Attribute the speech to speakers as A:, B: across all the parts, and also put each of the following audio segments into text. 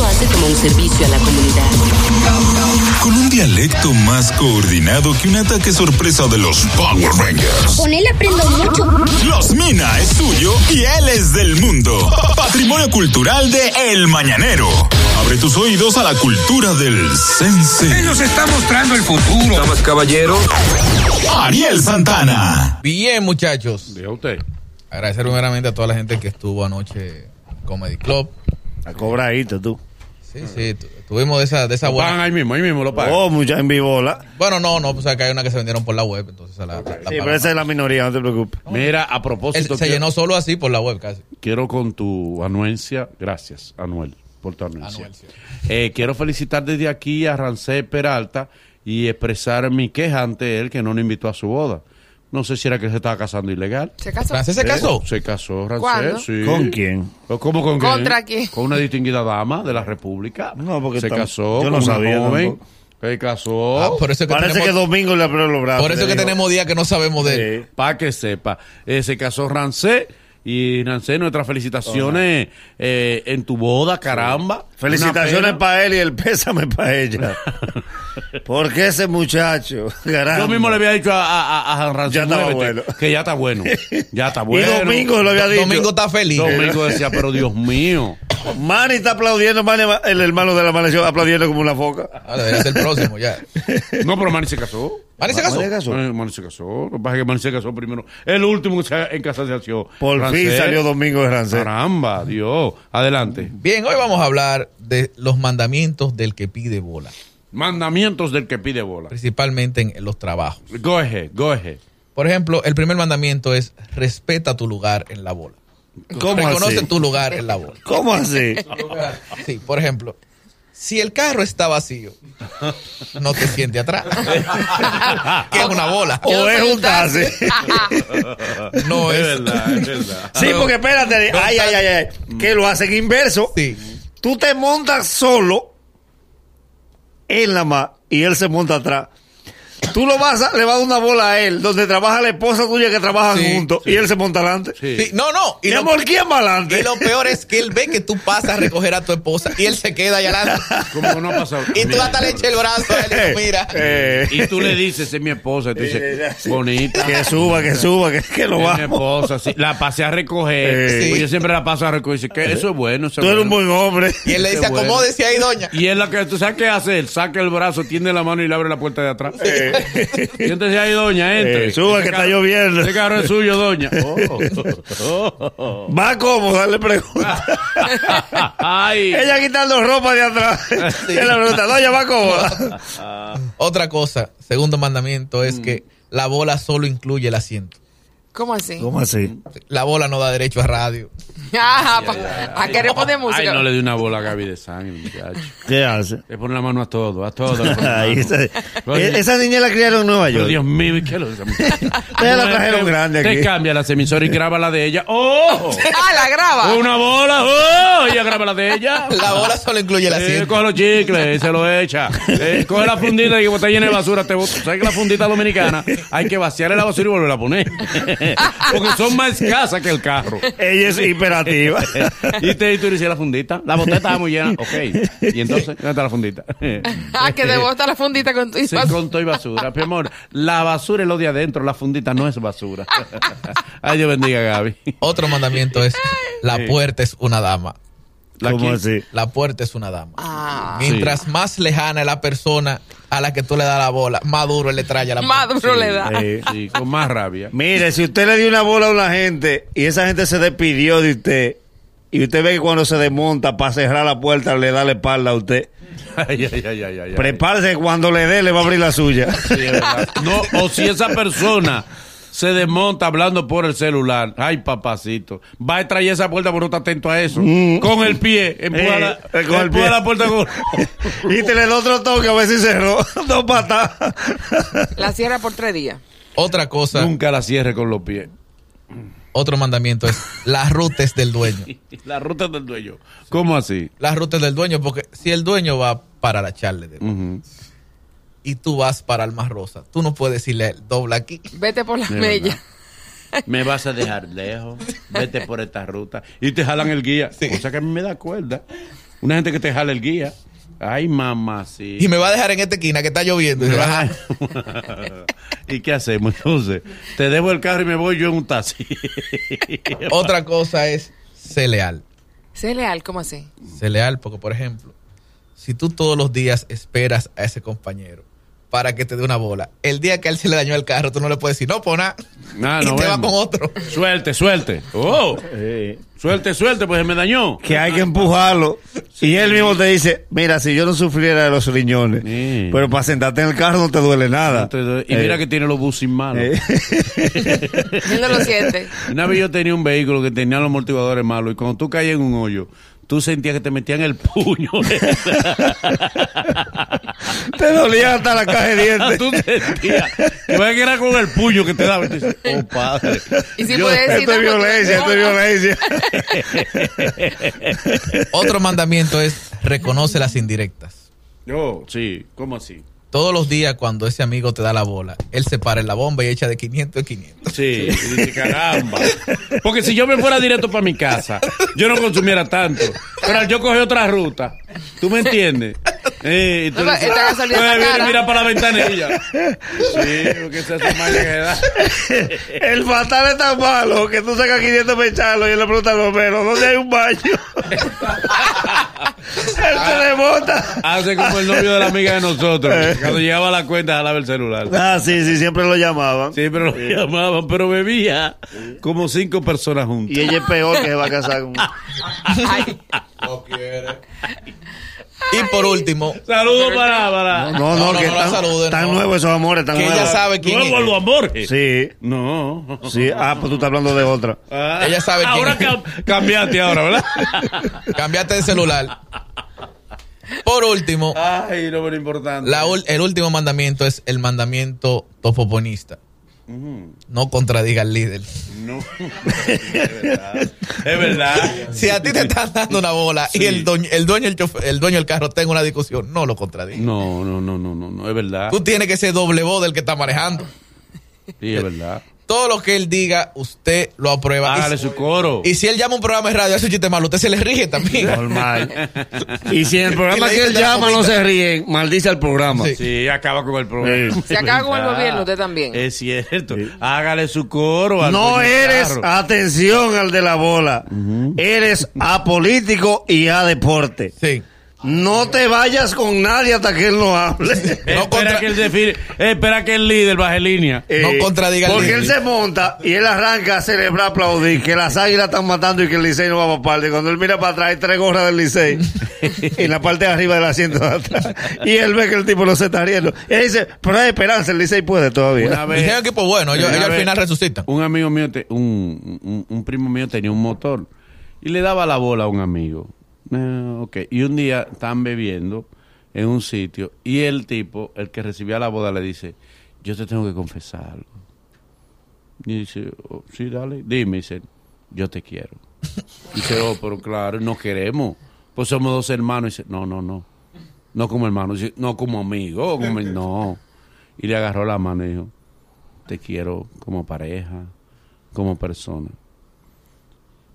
A: un servicio a la comunidad.
B: Con un dialecto más coordinado que un ataque sorpresa de los Power Rangers.
C: Con él aprendo mucho.
B: Los Mina es suyo y él es del mundo. Patrimonio cultural de El Mañanero. Abre tus oídos a la cultura del sense.
D: Él nos está mostrando el futuro.
E: Damas, caballeros.
B: Ariel Santana.
F: Bien, muchachos.
G: Diga usted.
F: Agradecer primeramente a toda la gente que estuvo anoche en Comedy Club.
G: A cobradito tú.
F: Sí, sí, tu- tuvimos de esa, de esa
G: Lo pagan
F: buena.
G: ahí mismo, ahí mismo lo pagan.
D: Oh, mucha en vivola.
F: Bueno, no, no, pues acá hay una que se vendieron por la web, entonces la, la
D: Sí,
F: pagamos.
D: pero esa es la minoría, no te preocupes.
G: Mira, a
F: Él
G: propósito,
F: se
G: quiero,
F: llenó solo así por la web casi.
G: quiero con tu anuencia, gracias, Anuel, por tu anuencia.
F: Anuel, sí.
G: Eh, quiero felicitar desde aquí a Rancé Peralta y expresar mi queja ante él que no lo invitó a su boda. No sé si era que se estaba casando ilegal.
H: ¿Se casó?
F: ¿Francés se casó?
G: Se casó Rancé,
H: ¿Cuándo?
G: sí.
D: ¿Con quién?
G: ¿Cómo con quién?
H: ¿Contra quién?
G: Con una distinguida dama de la República.
D: No, porque
G: se
D: tam-
G: casó
D: yo no
G: con una
D: sabía
G: joven.
D: tampoco.
G: Se casó.
F: Ah, por eso que
D: Parece
F: tenemos,
D: que Domingo le abrió los brazos.
F: por eso
D: le
F: que
D: dijo.
F: tenemos días que no sabemos de él.
D: Sí.
G: Para que sepa, Eh, se casó Rancé y Rancé, nuestras felicitaciones eh, en tu boda, caramba.
D: Felicitaciones
G: Una pena.
D: para él y el pésame para ella. Porque ese muchacho, caramba.
G: Yo mismo le había dicho a, a, a- a Rancé
D: Ya estaba
G: "Muévete",
D: bueno.
G: que ya está bueno. Ya está bueno.
D: Y Domingo lo había
F: Do-
D: dicho.
F: Domingo está feliz.
G: Domingo decía, pero Dios mío.
D: Manny está aplaudiendo, Manny, va- el hermano de la maldición, aplaudiendo como una foca.
F: Ah, debería ser el próximo ya.
G: No, pero Manny se casó.
F: ¿Vale se casó?
D: Manny casó.
G: Eh, Manny se casó. Lo que pasa es que Manny se casó primero. El último que se- en casa se casó.
D: Por fin
G: Rancé.
D: salió Domingo de Rancé.
G: Caramba, Dios. Adelante.
F: Bien, hoy vamos a hablar de los mandamientos del que pide bola,
G: Mandamientos del que pide bola.
F: principalmente en los trabajos.
G: Go ahead, go ahead.
F: Por ejemplo, el primer mandamiento es respeta tu lugar en la bola.
D: ¿Cómo
F: Reconoce
D: así?
F: tu lugar en la bola.
D: ¿Cómo así?
F: Sí, por ejemplo, si el carro está vacío, no te sientes atrás. que es una bola.
D: O es un taxi.
F: No es.
G: es verdad.
D: Sí, porque espérate. Ay, ay, ay, ay. Que lo hacen inverso.
F: Sí.
D: Tú te montas solo en la mar y él se monta atrás. Tú lo vas a, le vas a dar una bola a él, donde trabaja la esposa tuya que trabajan
F: Sí,
D: juntos y él se monta adelante.
G: Sí.
F: Sí, no, no.
D: Y
F: Y
D: Mi
F: lo,
D: amor, ¿quién va adelante?
F: y lo peor es que él ve que tú pasas a recoger a tu esposa y él se queda allá adelante.
G: Como que no ha pasado.
F: Y tú
G: Mira.
F: hasta le eches el brazo a él y dices, mira.
D: Eh,
G: Y tú le dices, es mi esposa. Y tú dices, bonita.
D: que suba, que suba, que, que lo
G: Es mi
D: vamos.
G: esposa. sí. La pasé a recoger.
D: Eh.
G: Pues
F: Sí.
G: Yo siempre la paso a recoger. Dice, que eso es bueno. eso
D: Tú
G: es
D: eres un
G: bueno.
D: buen hombre.
F: Y él le dice,
G: Qué bueno.
F: acomódese ahí, doña.
G: Y es la que, ¿tú sabes qué hace? Él saca el brazo, tiende la mano y le abre la puerta de atrás. Siéntese ahí, doña, entre.
D: Eh, suba,
G: Ese
D: que está
G: carro-
D: lloviendo.
G: Ese carro es suyo, doña. Oh.
D: Va como, dale pregunta.
G: Ah, Ay.
D: Ella quitando ropa de atrás.
G: Ah,
D: Y él le pregunta, no, ya va cómoda.
F: Otra cosa, segundo mandamiento es que la bola solo incluye el asiento.
H: ¿Cómo así?
D: ¿Cómo así?
F: La bola no da derecho a radio.
H: Ajá, Ah, pa- ¿A qué le pone música?
G: Ay, no le di una bola a Gaby de sangre, muchacho.
D: ¿Qué hace?
G: Le pone la mano a todo, a todo. le pone la
D: Ahí
G: mano.
D: está.
G: Pero,
D: E- Esa niña la criaron en Nueva
G: pero,
D: York.
G: Dios mío, ¿y ¿qué lo esa muchacha?
D: Ustedes la trajeron
G: Te-
D: grande
G: Te
D: aquí.
G: cambia las emisoras y graba la de ella. ¡Oh!
H: Ah, la graba.
G: ¡Una bola! ¡Oh! Ella graba la de ella.
F: La bola solo incluye el
G: Eh,
F: asiento.
G: coge los chicles, se los echa. Eh, coge la fundita y como está llena de basura, te bota. ¿Sabes que la fundita dominicana hay que vaciarle la basura y volverla a poner? Porque son más escasas que el carro. Eh,
D: Ella es imperativa.
G: Y te y tú le dices la fundita. La botella estaba muy llena. Ok. Y entonces, ¿dónde está la fundita?
H: Ah, que te bota la fundita con tu
G: Sí, con todo y basura. Mi amor, la basura es lo de adentro, la fundita no es basura. Ay, Dios bendiga, Gaby.
F: Otro mandamiento es la puerta es una dama.
G: La
D: ¿Cómo
G: quien-
D: así?
F: La puerta es una dama.
H: Ah.
F: Mientras más lejana es la persona a la que tú le das la bola, más duro él le trae a la bola.
H: Maduro le da.
D: Eh,
G: Sí, con más rabia.
D: Mire, si usted le dio una bola a una gente y esa gente se despidió de usted y usted ve que cuando se desmonta para cerrar la puerta le da la espalda a usted,
G: Ay, ay, ay, ay, ay, ay.
D: prepárese que cuando le dé le va a abrir la suya.
G: Sí, es verdad. No, o si esa persona se desmonta hablando por el celular. Ay, papacito. Va a traer esa puerta porque no está atento a eso. Con el pie. Empuja,
D: Mm. Eh,
G: la,
D: eh, con el
G: empuja
D: pie.
G: la puerta con...
D: y te le da otro toque a ver si cerró. Dos patas.
H: La cierra por tres días.
F: Otra cosa,
G: Nunca la cierre con los pies.
F: otro mandamiento es las rutas del dueño.
G: La ruta del dueño. ¿Cómo así?
F: Las rutas del dueño, porque si el dueño va para la charla de-
G: Ujú.
F: y tú vas para Almas Rosa, tú no puedes decirle a él, dobla aquí.
H: Vete por la
G: De verdad.
H: mella.
G: Me vas a dejar lejos. Vete por esta ruta. Y te jalan el guía. Cosa que a mí me da cuerda. Una gente que te jala el guía. Ay, mamá, sí.
F: Y me va a dejar en esta esquina que está lloviendo. Y se va a-
G: ¿Y qué hacemos entonces? Te dejo el carro y me voy yo en un taxi.
F: Otra cosa es ser leal.
H: Sé leal, ¿cómo así?
F: Ser leal, porque por ejemplo, si tú todos los días esperas a ese compañero para que te dé una bola, el día que a él se le dañó el carro, tú no le puedes decir, no, pona,
G: Ah,
F: y
G: no
F: te va
G: vemos.
F: con otro.
G: Suelte, suelte. Oh, suelte, suelte, pues se me dañó.
D: que hay que empujarlo. Y él mismo te dice, mira, si yo no sufriera de los riñones,
G: Sí.
D: pero para sentarte en el carro no te duele nada.
G: Y mira
D: Eh,
G: que tiene los buses malos.
D: eh,
H: Él no lo siente.
G: Una vez yo tenía un vehículo que tenía los amortiguadores malos y cuando tú caías en un hoyo, tú sentías que te metían el puño.
D: te dolía hasta la caja de dientes.
G: tú sentías que vaya que era con el puño que te daba. Y tú dices, oh, padre.
H: Y si
G: Yo-
H: puede decir,
D: Esto es
H: "No, no,
D: violencia,
H: no,
D: esto es
H: no".
D: violencia.
F: Otro mandamiento es reconoce las indirectas.
G: Yo, Oh, sí, ¿cómo así?
F: Todos los días cuando ese amigo te da la bola, él se para en la bomba y echa de 500 en 500.
G: Sí, y dice, caramba. Porque si yo me fuera directo para mi casa, yo no consumiera tanto. Pero al yo coger otra ruta, ¿tú me entiendes? Eh, y tú
H: No, pero
G: dices,
H: esta gasolina
G: "Pues,
H: está
G: mira,
H: cara".
G: mira para la ventanilla. Sí, porque se hace mal que da.
D: El fatal es tan malo que tú sacas 500 pechalos y él le pregunta al bombero, ¿dónde hay un baño? él te rebota.
G: Hace como el novio de la amiga de nosotros. Cuando llegaba a la cuenta, jalaba el celular.
D: Ah, sí, sí, siempre lo llamaban.
G: Sí, pero lo llamaban, pero bebía como cinco personas juntas.
D: Y ella es peor que se va a casar con...
H: Ay,
F: Y por último,
G: Saludos para, para.
D: No, no,
F: No, no,
D: que
F: no la
D: están,
F: saluden,
D: están
F: no.
D: nuevos esos amores, están
F: que ella
D: nuevos.
F: sabe quién
G: Nuevo
F: es.
G: Luan Borges.
D: Sí,
G: No.
D: sí. Ah, pues tú estás hablando de otra.
G: Ah.
F: Ella sabe quién
G: Ahora
F: es.
G: cam- cambiaste ahora, ¿verdad?
F: Cambiate de celular. Por último,
G: Ay, lo importante.
F: la ul- el último mandamiento es el mandamiento topoponista. No contradiga al líder.
G: No. es verdad.
F: Si a ti te están dando una bola y el, dueño- el dueño el, chofer- el dueño del carro tenga una discusión, no lo contradiga.
G: No, no, no, no, no, no, es verdad.
F: Tú tienes que ser doble voz del que está manejando.
G: Sí, es verdad.
F: Todo lo que él diga, usted lo aprueba.
G: Hágale
F: Y,
G: su coro.
F: y si él llama a un programa de radio, hace un chiste malo, usted se le rige también.
D: Normal. Y si en el programa
F: Que le
D: que él
F: dicen de la
D: llama no
F: comida.
D: se ríen, maldice al programa.
F: Sí.
G: Sí, acaba con el problema.
D: Sí.
H: Se acaba con el
G: Es verdad.
H: gobierno, usted también.
G: Es cierto. Hágale su coro. al
D: No
G: dueño del
D: eres,
G: carro.
D: atención al de la bola, eres apolítico y a deporte.
F: Sí.
D: No te vayas con nadie hasta que él no hable.
G: Espera,
F: No contra-
G: que él define- espera que el líder baje línea.
D: Eh,
F: No contradiga al
D: Porque él
F: líder.
D: se monta y él arranca a celebrar, aplaudir, que las águilas están matando y que el Licey no va para parte. Cuando él mira para atrás, hay tres gorras del Licey en la parte de arriba del asiento de atrás. Y él ve que el tipo no se está riendo. Y él dice, pero hay esperanza, el Licey puede
G: Una
D: todavía.
G: vez-
F: Dijeron que, pues bueno, ellos,
G: Una
F: ellos al
G: vez,
F: final resucitan.
G: Un amigo mío, te- un, un- un primo mío tenía un motor y le daba la bola a un amigo. Eh, ok. Y un día están bebiendo en un sitio y el tipo, el que recibía la bola, le dice, yo te tengo que confesar algo. Y dice, "Oh, sí, dale, dime, dice, yo te quiero. Y dice, oh, pero claro, no queremos, pues somos dos hermanos. Y dice, no, no, no, no como hermanos, Dice, no como amigos, como- no. Y le agarró la mano y dijo, te quiero como pareja, como persona.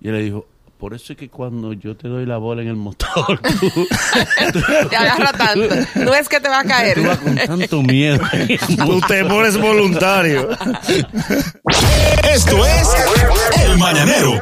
G: Y él le dijo, por eso es que cuando yo te doy la bola en el motor, tú,
H: te agarra tanto. No es que te va a caer.
G: tú vas con tanto miedo.
D: Tu temor es voluntario.
B: Esto es El Mañanero.